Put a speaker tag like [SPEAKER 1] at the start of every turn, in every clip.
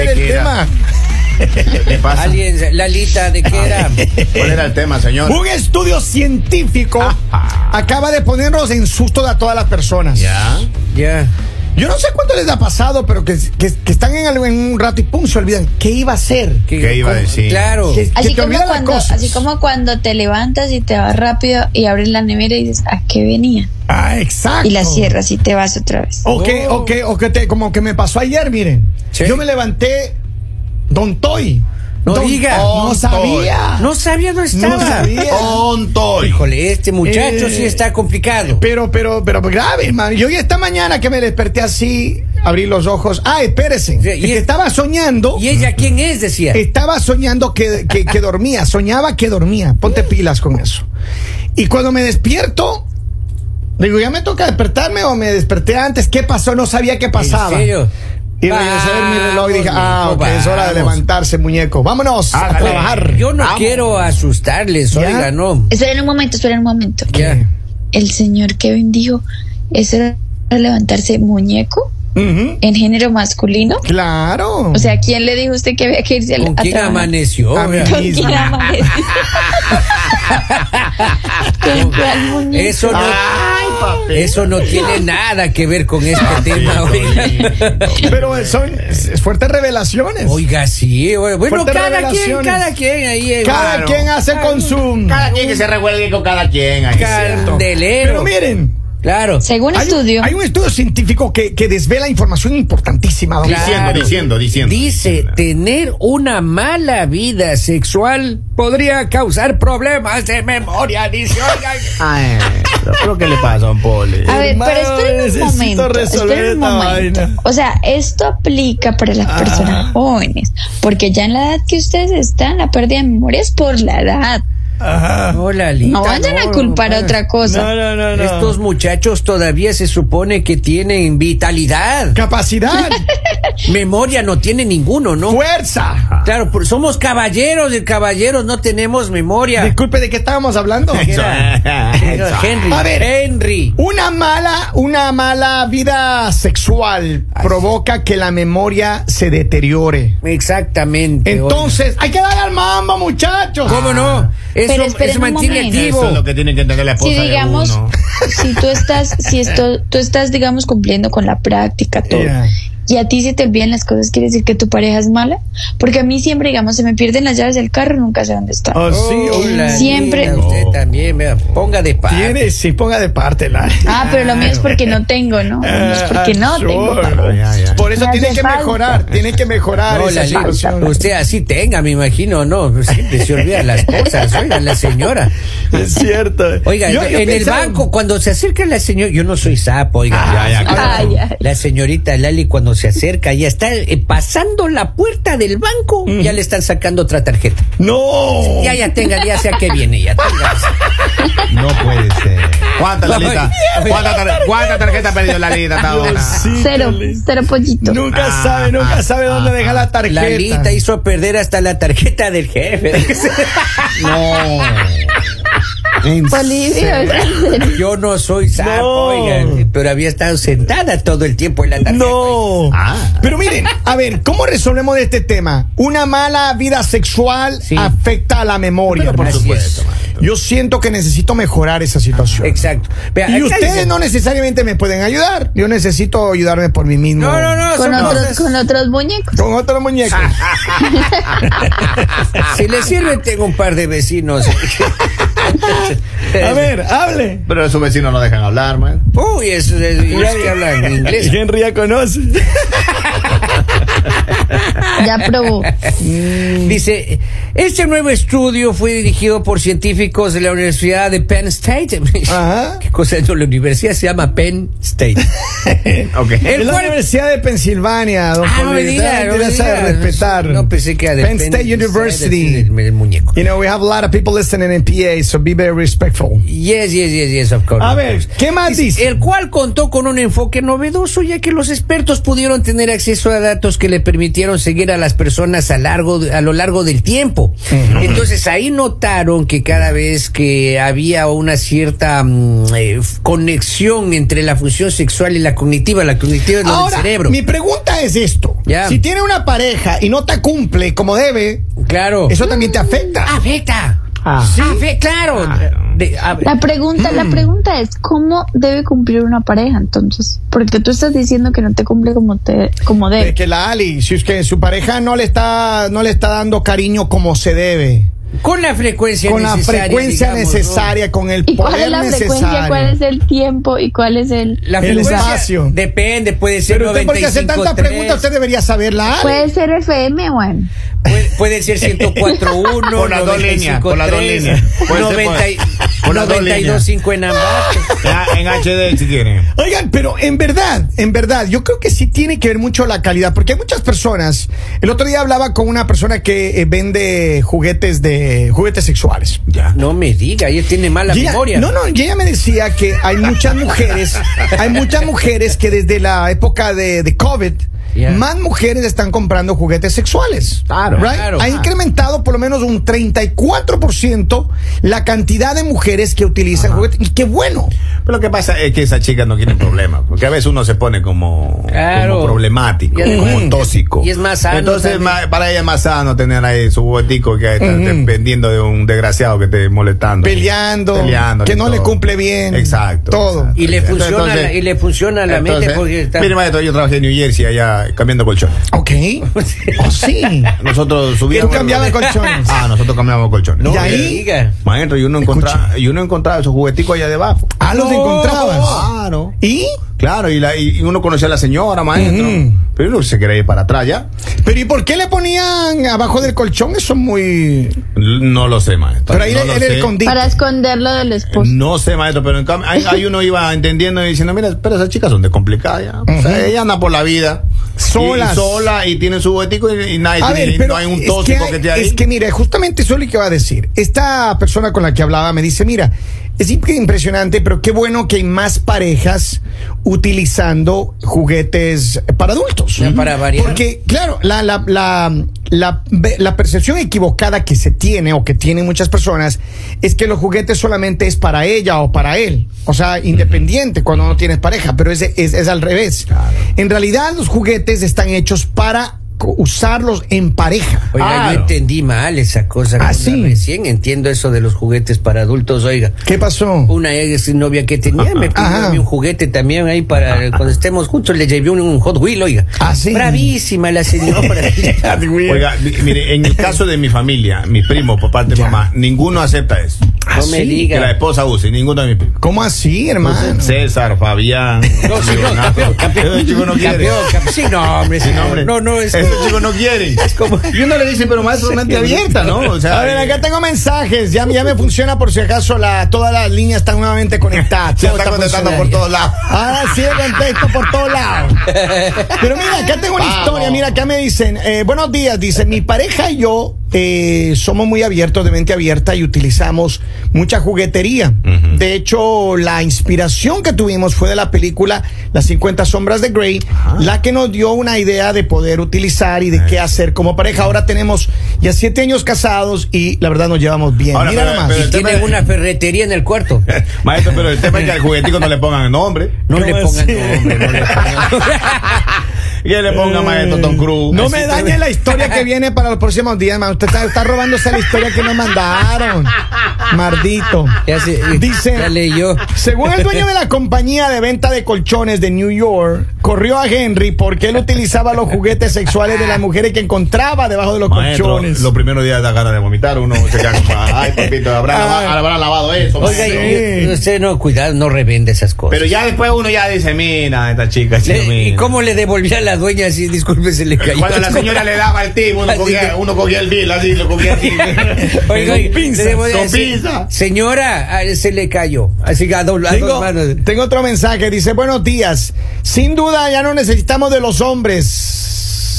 [SPEAKER 1] el tema?
[SPEAKER 2] ¿Qué pasa?
[SPEAKER 3] Alguien, Lalita, ¿de
[SPEAKER 1] Ah,
[SPEAKER 3] qué era?
[SPEAKER 2] ¿Cuál era el tema, señor?
[SPEAKER 1] Un estudio científico acaba de ponernos en susto a todas las personas.
[SPEAKER 2] Ya.
[SPEAKER 3] Ya.
[SPEAKER 1] Yo no sé cuánto les ha pasado, pero que, que- que están en, algo- en un rato y pum, se olvidan. ¿Qué iba a hacer?
[SPEAKER 3] que-
[SPEAKER 2] ¿Qué iba a decir?
[SPEAKER 3] Claro.
[SPEAKER 1] Que-
[SPEAKER 4] Así,
[SPEAKER 1] te
[SPEAKER 4] como
[SPEAKER 1] olvidan las
[SPEAKER 4] cuando,
[SPEAKER 1] cosas.
[SPEAKER 4] así como cuando te levantas y te vas rápido y abres la nevera y dices, ¿a qué venía?
[SPEAKER 1] Ah, exacto.
[SPEAKER 4] Y la cierras y te vas otra vez.
[SPEAKER 1] O que, o que, o que te, como que me pasó ayer, miren.
[SPEAKER 3] Sí.
[SPEAKER 1] Yo me levanté Don Toy.
[SPEAKER 3] No
[SPEAKER 1] Don-
[SPEAKER 3] diga.
[SPEAKER 1] No
[SPEAKER 2] Don
[SPEAKER 1] sabía.
[SPEAKER 3] No sabía, no estaba.
[SPEAKER 1] sabía.
[SPEAKER 2] Tonto.
[SPEAKER 3] Híjole, este muchacho
[SPEAKER 1] Eh,
[SPEAKER 3] sí está complicado.
[SPEAKER 1] Pero, pero, pero grave, man. Yo hoy esta mañana que me desperté así, abrí los ojos. Ah, espérese.
[SPEAKER 3] Sí, y
[SPEAKER 1] Es que
[SPEAKER 3] es-
[SPEAKER 1] estaba soñando.
[SPEAKER 3] ¿Y ella quién es? Decía.
[SPEAKER 1] Estaba soñando que, que- que dormía, soñaba que dormía. Ponte pilas con eso. Y cuando me despierto, digo, ya me toca despertarme o me desperté antes. ¿Qué pasó? No sabía qué pasaba.
[SPEAKER 3] ¿En serio?
[SPEAKER 1] Y regresé a ver mi reloj y dije, ah,
[SPEAKER 3] Vamos,
[SPEAKER 1] ok, es hora de
[SPEAKER 3] vamos.
[SPEAKER 1] levantarse, muñeco. Vámonos a
[SPEAKER 2] Hágale.
[SPEAKER 1] trabajar.
[SPEAKER 3] Yo no
[SPEAKER 2] Vamos.
[SPEAKER 3] quiero asustarles,
[SPEAKER 1] ¿Ya? Este,
[SPEAKER 3] oiga, no.
[SPEAKER 4] Esperen un momento, esperen un momento.
[SPEAKER 3] Ya.
[SPEAKER 4] El señor Kevin dijo, ¿eso era levantarse muñeco
[SPEAKER 1] Ujú.
[SPEAKER 4] en género masculino?
[SPEAKER 1] Claro.
[SPEAKER 4] O sea, ¿quién le dijo a usted que había que irse a,
[SPEAKER 3] ¿Con
[SPEAKER 4] a
[SPEAKER 3] quién
[SPEAKER 4] trabajar?
[SPEAKER 3] amaneció?
[SPEAKER 1] A mí.
[SPEAKER 3] oiga?
[SPEAKER 4] ¿Con quién
[SPEAKER 1] Misma.
[SPEAKER 4] amaneció? ¿Con cuál muñeco?
[SPEAKER 3] Eso no,
[SPEAKER 1] Ah.
[SPEAKER 2] Ay, papel.
[SPEAKER 3] eso no tiene nada que ver con este
[SPEAKER 1] Ah,
[SPEAKER 3] tema, oiga.
[SPEAKER 1] pero son es- fuertes revelaciones.
[SPEAKER 3] Oiga, sí, oiga. bueno,
[SPEAKER 1] Fuertes
[SPEAKER 3] cada quien,
[SPEAKER 1] revelaciones.
[SPEAKER 3] cada quien ahí. eh,
[SPEAKER 1] Cada
[SPEAKER 3] bueno.
[SPEAKER 1] quien hace con su...
[SPEAKER 2] Cada quien que se revuelgue con cada quien. ahí, ¿cierto?
[SPEAKER 1] Pero
[SPEAKER 3] Candelero.
[SPEAKER 1] miren,
[SPEAKER 3] Claro.
[SPEAKER 4] Según
[SPEAKER 1] hay,
[SPEAKER 4] estudio,
[SPEAKER 1] hay un estudio científico que, que desvela información importantísima. don
[SPEAKER 3] Claro.
[SPEAKER 2] Diciendo, diciendo, diciendo.
[SPEAKER 3] Dice,
[SPEAKER 2] Diciendo.
[SPEAKER 3] tener una mala vida sexual podría causar problemas de memoria. Dice, oigan.
[SPEAKER 2] Ay, yo creo que le pasa a un poli.
[SPEAKER 4] A ver,
[SPEAKER 1] Hermano,
[SPEAKER 4] pero esperen un
[SPEAKER 1] necesito
[SPEAKER 4] momento.
[SPEAKER 1] resolver
[SPEAKER 4] esperen un
[SPEAKER 1] esta
[SPEAKER 4] momento.
[SPEAKER 1] vaina.
[SPEAKER 4] O sea, esto aplica para las personas jóvenes, porque ya en la edad que ustedes están, la pérdida de memoria es por la edad.
[SPEAKER 1] Ajá.
[SPEAKER 3] Hola, Lita,
[SPEAKER 4] No vayan a culpar a
[SPEAKER 3] para.
[SPEAKER 4] otra cosa.
[SPEAKER 1] pues. No, no, no, no.
[SPEAKER 3] Estos muchachos todavía se supone que tienen vitalidad.
[SPEAKER 1] Capacidad,
[SPEAKER 3] Memoria no tiene ninguno, ¿no?
[SPEAKER 1] fuerza.
[SPEAKER 3] Claro, por- somos caballeros y caballeros no tenemos memoria.
[SPEAKER 1] Disculpe, ¿de qué estábamos hablando?
[SPEAKER 2] Eso.
[SPEAKER 3] Era Henry,
[SPEAKER 1] A ver.
[SPEAKER 3] Henry.
[SPEAKER 1] Una mala, una mala vida sexual provoca que la memoria se deteriore.
[SPEAKER 3] Exactamente.
[SPEAKER 1] Entonces, ah. hay que dar al mambo, muchachos.
[SPEAKER 3] oiga. ¿cómo no? Eso,
[SPEAKER 4] Pero esperen
[SPEAKER 3] eso
[SPEAKER 4] un
[SPEAKER 3] mantiene
[SPEAKER 4] momento.
[SPEAKER 3] activo.
[SPEAKER 2] Eso es lo que tiene que entender la esposa
[SPEAKER 4] Si
[SPEAKER 2] de
[SPEAKER 4] digamos,
[SPEAKER 2] uno.
[SPEAKER 4] si tú estás, si esto, tú estás, digamos, cumpliendo con la práctica, todo.
[SPEAKER 1] Yeah.
[SPEAKER 4] Y a ti se te olvidan las cosas, quiere decir que tu pareja es mala. Porque a mí siempre, digamos, se me pierden las llaves del carro, nunca sé dónde están.
[SPEAKER 1] Oh, sí,
[SPEAKER 3] Hola,
[SPEAKER 1] hola.
[SPEAKER 4] Siempre-
[SPEAKER 3] Lita, usted también, vea, ponga de paz.
[SPEAKER 1] Tiene, sí, ponga de parte la.
[SPEAKER 4] Ah, pero lo mío es porque no tengo, ¿no?
[SPEAKER 1] Pues,
[SPEAKER 4] Es porque no
[SPEAKER 1] ah, Sure.
[SPEAKER 4] tengo.
[SPEAKER 2] Ya, ya.
[SPEAKER 1] Por eso
[SPEAKER 4] Me
[SPEAKER 1] tiene
[SPEAKER 4] hace
[SPEAKER 1] que
[SPEAKER 4] falta.
[SPEAKER 1] mejorar, tiene que mejorar
[SPEAKER 3] No,
[SPEAKER 1] esa
[SPEAKER 3] la-
[SPEAKER 1] situación.
[SPEAKER 3] usted así tenga, me imagino, no, siempre se olvidan las cosas, oiga, la señora.
[SPEAKER 1] Es cierto. eh.
[SPEAKER 3] Oiga,
[SPEAKER 1] Yo- yo
[SPEAKER 3] en el
[SPEAKER 1] pensaba-
[SPEAKER 3] banco, cuando se acerca la señora, yo no soy sapo, oiga.
[SPEAKER 2] Ah, ya, ya,
[SPEAKER 4] claro. Ay, ay.
[SPEAKER 3] La señorita Lali, cuando se acerca, ya está eh, pasando la puerta del banco,
[SPEAKER 1] Mm.
[SPEAKER 3] ya le están sacando otra tarjeta.
[SPEAKER 1] No.
[SPEAKER 3] Ya, ya tenga, ya sea que viene, ya tenga.
[SPEAKER 2] No puede ser. ¿Cuántas Lalita?
[SPEAKER 3] Ay,
[SPEAKER 2] ¿Cuántas tar- cuántas tarjetas ha perdido Lalita hasta ahora?
[SPEAKER 1] Sí,
[SPEAKER 4] Cero,
[SPEAKER 1] Lali.
[SPEAKER 4] cero pollito.
[SPEAKER 1] Nunca
[SPEAKER 2] Ah,
[SPEAKER 1] sabe, nunca
[SPEAKER 2] ah,
[SPEAKER 1] sabe dónde
[SPEAKER 2] ah,
[SPEAKER 1] dejar la tarjeta.
[SPEAKER 3] Lalita hizo perder hasta la tarjeta del jefe. dice.
[SPEAKER 2] No.
[SPEAKER 4] Bolivia, o sea,
[SPEAKER 3] Yo no soy sapo,
[SPEAKER 1] No.
[SPEAKER 3] oiga, pero había estado sentada todo el tiempo en la tarjeta.
[SPEAKER 1] No.
[SPEAKER 2] Ah.
[SPEAKER 1] Pero miren, a ver, ¿cómo resolvemos este tema? Una mala vida sexual
[SPEAKER 3] Sí.
[SPEAKER 1] afecta a la memoria.
[SPEAKER 3] Pero por
[SPEAKER 1] hermano.
[SPEAKER 3] Así es.
[SPEAKER 2] supuesto, man.
[SPEAKER 1] Yo siento que necesito mejorar esa situación.
[SPEAKER 3] Exacto. Vea,
[SPEAKER 1] Y
[SPEAKER 3] acá dice-
[SPEAKER 1] ustedes no necesariamente me pueden ayudar. Yo necesito ayudarme por mí mismo.
[SPEAKER 3] No, no, no,
[SPEAKER 4] con,
[SPEAKER 3] son
[SPEAKER 4] otros,
[SPEAKER 3] cosas-
[SPEAKER 4] con otros muñecos.
[SPEAKER 1] Con otro muñeco.
[SPEAKER 3] Ah, Si le sirve, tengo un par de vecinos. eh,
[SPEAKER 1] A ver, hable.
[SPEAKER 2] Pero a su vecino no dejan hablar, man.
[SPEAKER 3] Uy, eso es, y es que hablan inglés.
[SPEAKER 1] Henry ya conoce.
[SPEAKER 4] Ya probó.
[SPEAKER 3] Dice, este nuevo estudio fue dirigido por científicos de la Universidad de Penn State.
[SPEAKER 1] Ajá.
[SPEAKER 3] ¿Qué cosa es? No, La universidad se llama Penn State.
[SPEAKER 2] Ok.
[SPEAKER 3] El
[SPEAKER 1] Es la
[SPEAKER 3] cual-
[SPEAKER 1] Universidad de Pensilvania, don
[SPEAKER 3] Ah, no me
[SPEAKER 1] Poli.
[SPEAKER 3] diga,
[SPEAKER 1] Usted
[SPEAKER 3] no me
[SPEAKER 1] la sabe
[SPEAKER 3] diga.
[SPEAKER 1] respetar.
[SPEAKER 3] No pensé que era de
[SPEAKER 1] Penn State University.
[SPEAKER 3] El, el muñeco.
[SPEAKER 1] You know, we have a lot of people listening in PA, so so be very respectful.
[SPEAKER 3] Yes, yes, yes, yes, of course.
[SPEAKER 1] A
[SPEAKER 3] of
[SPEAKER 1] ver,
[SPEAKER 3] course.
[SPEAKER 1] ¿qué más dice?
[SPEAKER 3] El cual contó con un enfoque novedoso, ya que los expertos pudieron tener acceso a datos que le permitieron seguir a las personas a, largo, a lo largo del tiempo. Entonces ahí notaron que cada vez que había una cierta mm, eh, f- conexión entre la función sexual y la cognitiva, la cognitiva es lo
[SPEAKER 1] Ahora,
[SPEAKER 3] del cerebro.
[SPEAKER 1] mi pregunta es esto.
[SPEAKER 3] Ya.
[SPEAKER 1] Si tiene una pareja y no te cumple como debe,
[SPEAKER 3] Claro.
[SPEAKER 1] eso también te afecta.
[SPEAKER 3] afecta.
[SPEAKER 1] Ah.
[SPEAKER 3] Afe- claro. De- a-
[SPEAKER 4] La pregunta, la pregunta es cómo debe cumplir una pareja entonces, porque tú estás diciendo que no te cumple como te, como
[SPEAKER 1] De
[SPEAKER 4] debe.
[SPEAKER 1] que la Ali, si es que su pareja no le está, no le está dando cariño como se debe,
[SPEAKER 3] con la frecuencia
[SPEAKER 1] con la
[SPEAKER 3] necesaria,
[SPEAKER 1] frecuencia
[SPEAKER 3] digamos, ¿no?
[SPEAKER 1] necesaria, con el
[SPEAKER 4] ¿Y
[SPEAKER 1] poder
[SPEAKER 4] cuál es la frecuencia?
[SPEAKER 1] necesario.
[SPEAKER 4] ¿Cuál es el tiempo? ¿Y cuál es el...?
[SPEAKER 3] La
[SPEAKER 1] El
[SPEAKER 3] frecuencia
[SPEAKER 1] espacio.
[SPEAKER 3] Depende, puede ser
[SPEAKER 1] Pero usted, porque hace
[SPEAKER 3] 95.3,
[SPEAKER 1] tanta pregunta, usted debería saberla. ¿ah?
[SPEAKER 4] Puede ser FM, Juan.
[SPEAKER 3] Puede, puede ser 104.1,
[SPEAKER 2] Por las dos líneas, por las dos
[SPEAKER 3] 95.3,
[SPEAKER 2] líneas. Puede ser por-
[SPEAKER 3] 90 y-
[SPEAKER 2] por las dos
[SPEAKER 3] 92.5 en ambas.
[SPEAKER 2] Ya, en HD si quieren.
[SPEAKER 1] Oigan, pero en verdad, en verdad, yo creo que sí tiene que ver mucho la calidad, porque hay muchas personas. El otro día hablaba con una persona que eh, vende juguetes de juguetes sexuales.
[SPEAKER 2] Ya.
[SPEAKER 3] No me diga, ella tiene mala
[SPEAKER 1] Y ella-
[SPEAKER 3] memoria.
[SPEAKER 1] no, no, y ella me decía que hay muchas mujeres, hay muchas mujeres que desde la época de, de COVID,
[SPEAKER 3] Yeah.
[SPEAKER 1] más mujeres están comprando juguetes sexuales.
[SPEAKER 2] Claro,
[SPEAKER 1] right?
[SPEAKER 3] claro. Ah.
[SPEAKER 1] Ha incrementado por lo menos un 34% la cantidad de mujeres que utilizan juguetes. Y qué bueno.
[SPEAKER 2] Pero lo que pasa es que esas chicas no tienen problemas, porque a veces uno se pone como,
[SPEAKER 3] Claro.
[SPEAKER 2] como problemático,
[SPEAKER 3] Y además-
[SPEAKER 2] como tóxico.
[SPEAKER 3] Y es más sano
[SPEAKER 2] Entonces,
[SPEAKER 3] también.
[SPEAKER 2] ma- para ella es más sano tener ahí su botico que estar dependiendo de un desgraciado que esté molestando.
[SPEAKER 1] Peleando,
[SPEAKER 2] Peleándole
[SPEAKER 1] que no
[SPEAKER 2] y
[SPEAKER 1] le
[SPEAKER 2] todo.
[SPEAKER 1] cumple bien,
[SPEAKER 2] Exacto.
[SPEAKER 1] todo.
[SPEAKER 2] exacto,
[SPEAKER 3] Y le
[SPEAKER 2] exacto.
[SPEAKER 3] funciona la- y le funciona la mente porque está-
[SPEAKER 2] Mire, maestro, yo trabajé en New Jersey allá cambiando colchones.
[SPEAKER 1] Ok. Oh, sí.
[SPEAKER 2] Nosotros subíamos.
[SPEAKER 1] cambiaba colchones?
[SPEAKER 2] Ah, nosotros cambiábamos colchones.
[SPEAKER 1] No,
[SPEAKER 2] Y
[SPEAKER 3] me
[SPEAKER 1] ahí-
[SPEAKER 3] diga.
[SPEAKER 2] Maestro, y uno
[SPEAKER 1] Escuche.
[SPEAKER 2] encontraba, y uno encontraba esos jugueticos allá debajo.
[SPEAKER 1] Ah, los
[SPEAKER 3] No.
[SPEAKER 1] encontrabas.
[SPEAKER 2] Claro.
[SPEAKER 1] ¿Y?
[SPEAKER 2] Claro, y, la, y y uno conocía a la señora, maestro.
[SPEAKER 1] Ujú.
[SPEAKER 2] Pero uno se quiere ir para atrás ya.
[SPEAKER 1] Pero ¿y por qué le ponían abajo del colchón? Eso es muy...
[SPEAKER 2] L- No lo sé, maestro.
[SPEAKER 1] Pero ahí
[SPEAKER 2] Pues no
[SPEAKER 1] él era
[SPEAKER 2] lo sé. Pues-
[SPEAKER 1] el condito.
[SPEAKER 4] Para esconderlo del esposo.
[SPEAKER 2] No sé, maestro, pero en cambio, ahí, ahí uno iba entendiendo y diciendo, mira, pero esas chicas son de complicadas ya. O sea, ellas andan por la vida.
[SPEAKER 1] Solas.
[SPEAKER 2] Y, sola y tienen su juguetico y, y nadie
[SPEAKER 1] A
[SPEAKER 2] tiene-
[SPEAKER 1] ver,
[SPEAKER 2] y
[SPEAKER 1] pero
[SPEAKER 2] no hay un
[SPEAKER 1] es
[SPEAKER 2] tóxico
[SPEAKER 1] que
[SPEAKER 2] que,
[SPEAKER 1] hay-
[SPEAKER 2] te ahí.
[SPEAKER 1] Es que mire, justamente eso es lo que va a decir. Esta persona con la que hablaba me dice, mira, es imp- impresionante, pero qué bueno que hay más parejas utilizando juguetes para adultos.
[SPEAKER 3] Ya, para variar.
[SPEAKER 1] Porque, claro, la, la, la, la, la percepción equivocada que se tiene o que tienen muchas personas es que los juguetes solamente es para ella o para él. O sea, independiente cuando no tienes pareja, pero es, es, es al revés.
[SPEAKER 2] Claro.
[SPEAKER 1] En realidad los juguetes están hechos para co- usarlos en pareja.
[SPEAKER 3] Oiga,
[SPEAKER 2] Ah,
[SPEAKER 3] yo
[SPEAKER 2] no.
[SPEAKER 3] entendí mal esa cosa.
[SPEAKER 1] Ah,
[SPEAKER 3] cuando
[SPEAKER 1] sí.
[SPEAKER 3] Recién entiendo eso de los juguetes para adultos, oiga.
[SPEAKER 1] ¿Qué pasó?
[SPEAKER 3] Una ex novia que tenía me pidió
[SPEAKER 1] Ajá.
[SPEAKER 3] a mí un juguete también ahí para cuando estemos juntos. Le llevé un, un Hot Wheel, oiga.
[SPEAKER 1] Ah, sí.
[SPEAKER 3] Bravísima la señora.
[SPEAKER 2] Oiga, mi- mire, en el caso de mi familia, mis primos por parte de mamá, ninguno acepta eso.
[SPEAKER 1] Ah,
[SPEAKER 3] no me
[SPEAKER 1] sí,
[SPEAKER 2] Que la
[SPEAKER 3] diga.
[SPEAKER 2] esposa use, ninguno de mis primos.
[SPEAKER 1] ¿Cómo así, hermano?
[SPEAKER 2] César, Fabián.
[SPEAKER 3] No, sí, no,
[SPEAKER 2] Leonardo.
[SPEAKER 3] campeón, campeón.
[SPEAKER 2] Ese chico no quiere.
[SPEAKER 3] Campeón, campeón. Sí, no, hombre, sí,
[SPEAKER 2] Sí, no, hombre.
[SPEAKER 3] No, no, es.
[SPEAKER 2] Ese chico no quiere.
[SPEAKER 3] como-
[SPEAKER 2] Y uno le dice, pero maestro, mente abierta, ¿no? O sea,
[SPEAKER 1] A ver, acá tengo mensajes. Ya, ya me funciona por si acaso la, todas las líneas están nuevamente conectadas.
[SPEAKER 2] se
[SPEAKER 1] Todo
[SPEAKER 2] está
[SPEAKER 1] está
[SPEAKER 2] contestando
[SPEAKER 1] funcionando.
[SPEAKER 2] por todos lados.
[SPEAKER 1] Ahora Ah, sí el contexto por todos lados. Pero mira, acá tengo una
[SPEAKER 2] Vamos.
[SPEAKER 1] historia. Mira, acá me dicen, eh, buenos días. Dice, mi pareja y yo eh, somos muy abiertos, de mente abierta y utilizamos mucha juguetería. De hecho, la inspiración que tuvimos fue de la película Las 50 Sombras de Grey, la que nos dio una idea de poder utilizar y de
[SPEAKER 2] Eh.
[SPEAKER 1] qué hacer como pareja. Ahora tenemos ya siete años casados y la verdad nos llevamos bien.
[SPEAKER 2] Ahora,
[SPEAKER 1] mira
[SPEAKER 2] pero-
[SPEAKER 1] nomás.
[SPEAKER 2] pero el tema
[SPEAKER 3] Tienen
[SPEAKER 2] es-
[SPEAKER 3] una ferretería en el cuarto.
[SPEAKER 2] Maestro, pero el tema es que al juguetico no le pongan nombre.
[SPEAKER 3] No le pongan
[SPEAKER 1] así?
[SPEAKER 3] nombre, no le pongan
[SPEAKER 2] Que le ponga maestro Tom Cruise.
[SPEAKER 1] No me dañe la historia que viene para los próximos días, man. Usted está, está robándose la historia que nos mandaron. Mardito.
[SPEAKER 3] Ya se-
[SPEAKER 1] Dice.
[SPEAKER 3] ya leyó.
[SPEAKER 1] Según el dueño de la compañía de venta de colchones de New York, corrió a Henry porque él utilizaba los juguetes sexuales de las mujeres que encontraba debajo de los
[SPEAKER 2] Maestro,
[SPEAKER 1] colchones.
[SPEAKER 2] los primeros días da ganas de vomitar, uno se queda como, ay, papito, habrá, lava- habrá lavado eso.
[SPEAKER 3] Ah. Oiga,
[SPEAKER 2] maestro".
[SPEAKER 3] y- y usted no, cuidado, no revende esas cosas.
[SPEAKER 2] Pero ya después uno ya dice, mira, esta chica, sí,
[SPEAKER 3] Le- ¿Y
[SPEAKER 2] mira".
[SPEAKER 3] cómo le devolvía a la dueña si, disculpe, se le cayó?
[SPEAKER 2] Cuando la señora le daba el tip, uno
[SPEAKER 3] Así que-
[SPEAKER 2] cogía, uno cogía el bill, así, lo cogía así.
[SPEAKER 3] Oiga,
[SPEAKER 2] Con
[SPEAKER 3] oiga,
[SPEAKER 2] pinzas,
[SPEAKER 3] le devolvía
[SPEAKER 2] con
[SPEAKER 3] así,
[SPEAKER 2] pinzas.
[SPEAKER 3] Señora, ah, se le cayó. Así que a, do- a dos
[SPEAKER 1] Tengo,
[SPEAKER 3] manos.
[SPEAKER 1] tengo otro mensaje, dice, buenos días. Sin duda ya no necesitamos de los hombres.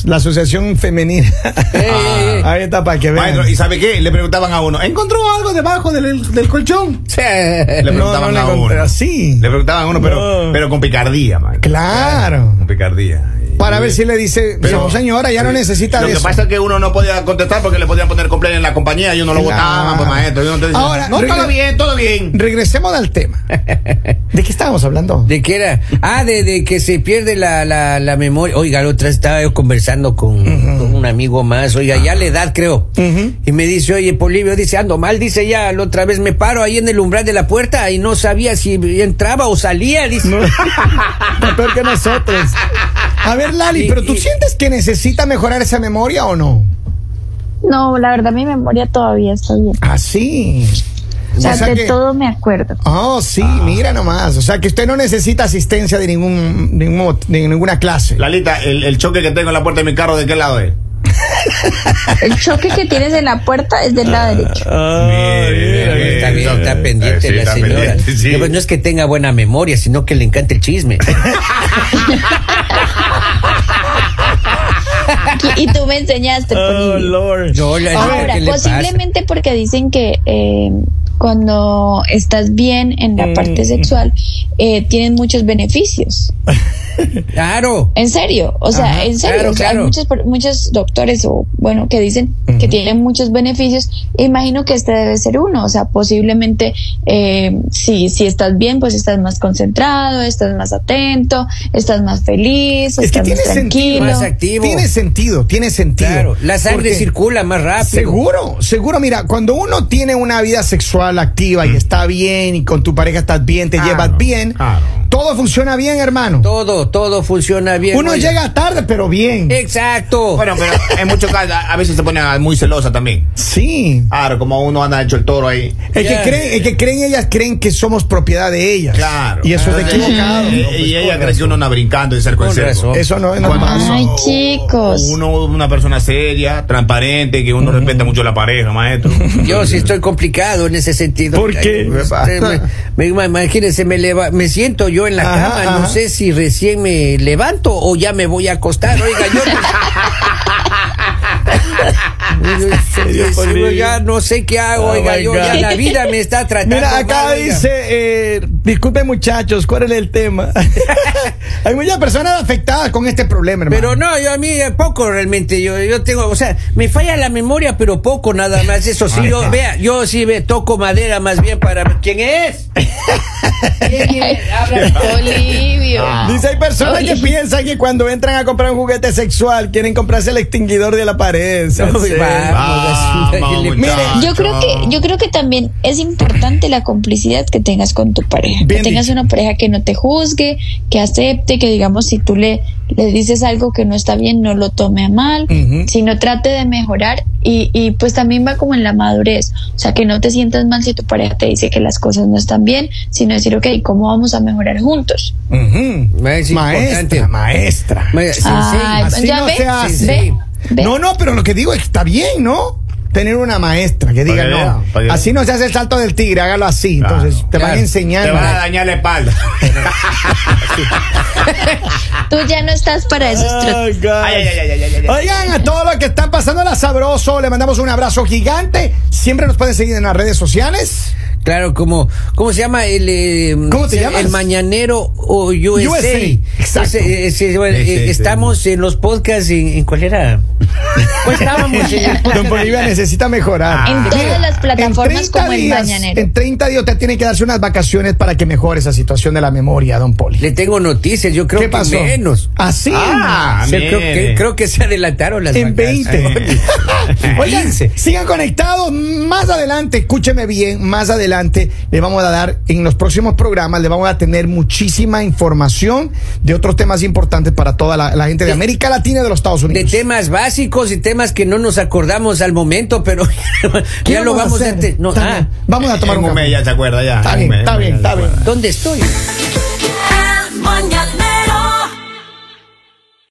[SPEAKER 1] Femenas, la Asociación Femenina.
[SPEAKER 3] Ey, ey, ey.
[SPEAKER 1] Ahí está para que vean.
[SPEAKER 2] Maestro, ¿y sabe qué? Le preguntaban a uno, ¿encontró algo debajo del, del colchón? Le
[SPEAKER 1] No,
[SPEAKER 2] preguntaban
[SPEAKER 1] no le
[SPEAKER 2] a
[SPEAKER 1] encontré,
[SPEAKER 2] uno.
[SPEAKER 1] así.
[SPEAKER 2] Le preguntaban a uno, pero,
[SPEAKER 1] No.
[SPEAKER 2] pero con picardía, man.
[SPEAKER 1] Claro.
[SPEAKER 2] Con picardía.
[SPEAKER 1] Para ver si le dice,
[SPEAKER 2] Pero-
[SPEAKER 1] "No, señora, ya no
[SPEAKER 3] eh,
[SPEAKER 2] Sí.
[SPEAKER 1] necesita
[SPEAKER 2] Lo
[SPEAKER 1] de
[SPEAKER 2] que
[SPEAKER 1] eso".
[SPEAKER 2] pasa es que uno no podía contestar porque le podían poner cumpleaños en la compañía y uno lo
[SPEAKER 1] Claro.
[SPEAKER 2] votaba, pues maestro. y uno te decía,
[SPEAKER 1] Ahora,
[SPEAKER 2] no,
[SPEAKER 1] regla-
[SPEAKER 2] todo bien, todo bien.
[SPEAKER 1] Regresemos al tema. ¿De qué estábamos hablando?
[SPEAKER 3] ¿De qué era? Ah, de, de que se pierde la, la, la memoria. Oiga, la otra estaba yo conversando con, con un amigo más, oiga, ya la edad creo.
[SPEAKER 1] Ujú.
[SPEAKER 3] Y me dice, oye, Polivio, dice, ando mal, dice ya, la otra vez me paro ahí en el umbral de la puerta y no sabía si entraba o salía, dice.
[SPEAKER 1] Está peor que nosotros. A ver, Lali,
[SPEAKER 3] Y-
[SPEAKER 1] ¿pero tú
[SPEAKER 3] y-
[SPEAKER 1] sientes que necesita mejorar esa memoria o no?
[SPEAKER 4] No, la verdad mi memoria todavía está bien.
[SPEAKER 1] Así.
[SPEAKER 4] O sea,
[SPEAKER 1] Ah, O sea
[SPEAKER 4] de
[SPEAKER 1] que-
[SPEAKER 4] todo me acuerdo.
[SPEAKER 1] Oh, sí, mira nomás. O sea, que usted no necesita asistencia de, ningún, de, ningún- de ninguna clase.
[SPEAKER 2] Lalita, el, el choque que tengo en la puerta de mi carro, ¿de qué lado es?
[SPEAKER 4] El choque que tienes en la puerta es del lado derecho.
[SPEAKER 2] mira, mira.
[SPEAKER 3] Está bien, está
[SPEAKER 2] Eh,
[SPEAKER 3] pendiente
[SPEAKER 2] sí,
[SPEAKER 3] la
[SPEAKER 2] está
[SPEAKER 3] señora.
[SPEAKER 2] pendiente, sí.
[SPEAKER 3] No, pues no es que tenga buena memoria, sino que le encanta el chisme.
[SPEAKER 4] Y, y tú me enseñaste. Polibio.
[SPEAKER 3] No, la-
[SPEAKER 4] Ahora,
[SPEAKER 3] ¿qué le pasa?
[SPEAKER 4] posiblemente porque dicen que eh, cuando estás bien en la
[SPEAKER 3] Mm.
[SPEAKER 4] parte sexual, eh, tienen muchos beneficios.
[SPEAKER 3] Claro.
[SPEAKER 4] En serio, o sea,
[SPEAKER 3] Ajá,
[SPEAKER 4] en serio,
[SPEAKER 3] claro,
[SPEAKER 4] o sea,
[SPEAKER 3] claro.
[SPEAKER 4] hay muchos, per- muchos doctores o bueno que dicen que tienen muchos beneficios. Imagino que este debe ser uno, o sea, posiblemente eh, si si estás bien, pues estás más concentrado, estás más atento, estás más
[SPEAKER 1] Es
[SPEAKER 4] feliz,
[SPEAKER 1] que
[SPEAKER 4] estás
[SPEAKER 1] tiene
[SPEAKER 4] más
[SPEAKER 1] sentido.
[SPEAKER 4] tranquilo.
[SPEAKER 3] Más activo.
[SPEAKER 1] Tiene sentido, tiene sentido.
[SPEAKER 3] Claro, la sangre
[SPEAKER 1] Porque-
[SPEAKER 3] circula más rápido.
[SPEAKER 1] Seguro, seguro. Mira, cuando uno tiene una vida sexual activa
[SPEAKER 2] Mm.
[SPEAKER 1] y está bien y con tu pareja estás bien, te
[SPEAKER 2] Claro,
[SPEAKER 1] llevas bien,
[SPEAKER 2] Ah, claro.
[SPEAKER 1] todo funciona bien, hermano.
[SPEAKER 3] Todo, todo funciona bien.
[SPEAKER 1] uno
[SPEAKER 3] oye. Eh,
[SPEAKER 1] llega tarde, pero bien.
[SPEAKER 3] Exacto.
[SPEAKER 2] Bueno, pero en muchos casos a a veces se pone muy celosa también.
[SPEAKER 1] sí.
[SPEAKER 2] Claro, como uno anda hecho el toro ahí.
[SPEAKER 1] El
[SPEAKER 3] Ya.
[SPEAKER 1] que, creen, el que creen ellas creen que somos propiedad de ellas.
[SPEAKER 2] Claro.
[SPEAKER 1] Y eso es
[SPEAKER 2] Entonces,
[SPEAKER 1] equivocado.
[SPEAKER 2] eh,
[SPEAKER 1] No, pues,
[SPEAKER 2] y ella
[SPEAKER 1] con
[SPEAKER 2] cree que
[SPEAKER 1] razón.
[SPEAKER 2] uno anda brincando de cerco en
[SPEAKER 3] Con
[SPEAKER 2] cerco.
[SPEAKER 3] razón.
[SPEAKER 1] Eso no es
[SPEAKER 2] Cuando
[SPEAKER 1] normal.
[SPEAKER 4] Ay,
[SPEAKER 2] uno-
[SPEAKER 4] chicos.
[SPEAKER 2] Uno, una persona seria, transparente, que uno respeta mucho la pareja, maestro.
[SPEAKER 3] Yo sí estoy complicado en ese sentido.
[SPEAKER 1] ¿Por qué?
[SPEAKER 3] Ay, usted Me, me- imagínense, me, leva- me siento yo en la
[SPEAKER 1] Ajá,
[SPEAKER 3] cama,
[SPEAKER 1] ajá.
[SPEAKER 3] no sé si recién me levanto o ya me voy a acostar. Oiga, yo... Yo- yo- yo- yo ya no sé qué hago,
[SPEAKER 1] Oh
[SPEAKER 3] oiga,
[SPEAKER 1] my
[SPEAKER 3] yo ya
[SPEAKER 1] God.
[SPEAKER 3] la vida me está tratando.
[SPEAKER 1] Mira, acá
[SPEAKER 3] mal, oiga.
[SPEAKER 1] dice, eh, disculpen muchachos, ¿cuál es el tema? Hay muchas personas afectadas con este problema, hermano.
[SPEAKER 3] Pero no, yo a mí eh, poco realmente, yo, yo tengo, o sea, me falla la memoria, pero poco nada más, eso sí, yo, vea, yo sí ve, toco madera más bien para... ¿Quién es? ¿Quién es? Habla-
[SPEAKER 4] Olivio.
[SPEAKER 2] Ah.
[SPEAKER 1] Dice, hay personas que
[SPEAKER 4] Oye.
[SPEAKER 1] piensan que cuando entran a comprar un juguete sexual quieren comprarse el extinguidor de la pared.
[SPEAKER 3] Uy,
[SPEAKER 1] Sí.
[SPEAKER 3] vamos,
[SPEAKER 2] Ah, Vamos,
[SPEAKER 3] así, le-
[SPEAKER 2] muchacho.
[SPEAKER 1] Mire,
[SPEAKER 4] Yo creo que yo creo que también es importante la complicidad que tengas con tu pareja.
[SPEAKER 1] Bien
[SPEAKER 4] que tengas
[SPEAKER 1] dicho.
[SPEAKER 4] una pareja que no te juzgue, que acepte, que digamos si tú le le dices algo que no está bien, no lo tome a mal,
[SPEAKER 1] Ujú.
[SPEAKER 4] sino trate de mejorar y, y pues también va como en la madurez, o sea que no te sientas mal si tu pareja te dice que las cosas no están bien, sino decir, ok, ¿cómo vamos a mejorar juntos?
[SPEAKER 1] Ujú.
[SPEAKER 3] Es importante.
[SPEAKER 1] Maestra, maestra.
[SPEAKER 3] Ma- sí, sí,
[SPEAKER 4] Ay,
[SPEAKER 3] así.
[SPEAKER 1] Así
[SPEAKER 4] ya
[SPEAKER 1] no
[SPEAKER 4] ve,
[SPEAKER 1] se hace.
[SPEAKER 4] ve, ve.
[SPEAKER 1] No, no, pero lo que digo es que está bien, ¿no? Tener una maestra que diga,
[SPEAKER 2] que vea,
[SPEAKER 1] no,
[SPEAKER 2] para que
[SPEAKER 1] así no se hace el salto del tigre, hágalo así.
[SPEAKER 2] Claro.
[SPEAKER 1] Entonces te van
[SPEAKER 3] Claro.
[SPEAKER 2] Te
[SPEAKER 1] enseñando.
[SPEAKER 2] van a dañar la espalda.
[SPEAKER 4] Tú ya no estás para esos tra-
[SPEAKER 1] Ay, God.
[SPEAKER 2] Ay, ay, ay, ay, ay, ay, ay.
[SPEAKER 1] Oigan, a todos los que están pasando la sabroso, le mandamos un abrazo gigante. Siempre nos pueden seguir en las redes sociales.
[SPEAKER 3] Claro, como, ¿cómo se llama el, eh,
[SPEAKER 1] ¿Cómo te
[SPEAKER 3] el,
[SPEAKER 1] llamas?
[SPEAKER 3] el mañanero o USA?
[SPEAKER 1] USA, exacto.
[SPEAKER 3] Ese- ese- bueno,
[SPEAKER 2] Ese,
[SPEAKER 3] eh,
[SPEAKER 2] ese.
[SPEAKER 3] estamos en los podcasts en, en cuál era. Pues estábamos en el
[SPEAKER 1] Don Bolivia necesita mejorar.
[SPEAKER 4] En todas las plataformas
[SPEAKER 1] 30
[SPEAKER 4] como el
[SPEAKER 1] días,
[SPEAKER 4] Mañanero.
[SPEAKER 1] En 30 días usted tiene que darse unas vacaciones para que mejore esa situación de la memoria, don Poli.
[SPEAKER 3] Le tengo noticias, yo creo
[SPEAKER 1] ¿Qué pasó?
[SPEAKER 3] que menos.
[SPEAKER 1] Así.
[SPEAKER 2] Ah,
[SPEAKER 3] O sea, creo,
[SPEAKER 2] mire.
[SPEAKER 3] que, creo que se adelantaron las
[SPEAKER 1] en
[SPEAKER 3] vacaciones.
[SPEAKER 1] 20. Oigan,
[SPEAKER 3] 15.
[SPEAKER 1] sigan conectados. Más adelante, escúcheme bien, más adelante le vamos a dar, en los próximos programas, le vamos a tener muchísima información de otros temas importantes para toda la, la gente de América Latina y de los Estados
[SPEAKER 3] De
[SPEAKER 1] Unidos.
[SPEAKER 3] temas básicos y temas que no nos acordamos al momento, pero
[SPEAKER 1] ¿Qué
[SPEAKER 3] ya lo vamos a...
[SPEAKER 1] hacer?
[SPEAKER 3] te- no,
[SPEAKER 1] Está bien,
[SPEAKER 3] ah,
[SPEAKER 1] Vamos a tomar
[SPEAKER 2] En
[SPEAKER 1] un
[SPEAKER 2] un mes
[SPEAKER 1] café.
[SPEAKER 2] ya se acuerda, ya.
[SPEAKER 1] Está
[SPEAKER 2] En
[SPEAKER 1] bien,
[SPEAKER 2] un mes,
[SPEAKER 1] está
[SPEAKER 2] en un
[SPEAKER 1] bien,
[SPEAKER 2] mes ya
[SPEAKER 1] está
[SPEAKER 2] se
[SPEAKER 1] bien.
[SPEAKER 2] acuerda.
[SPEAKER 3] ¿Dónde estoy?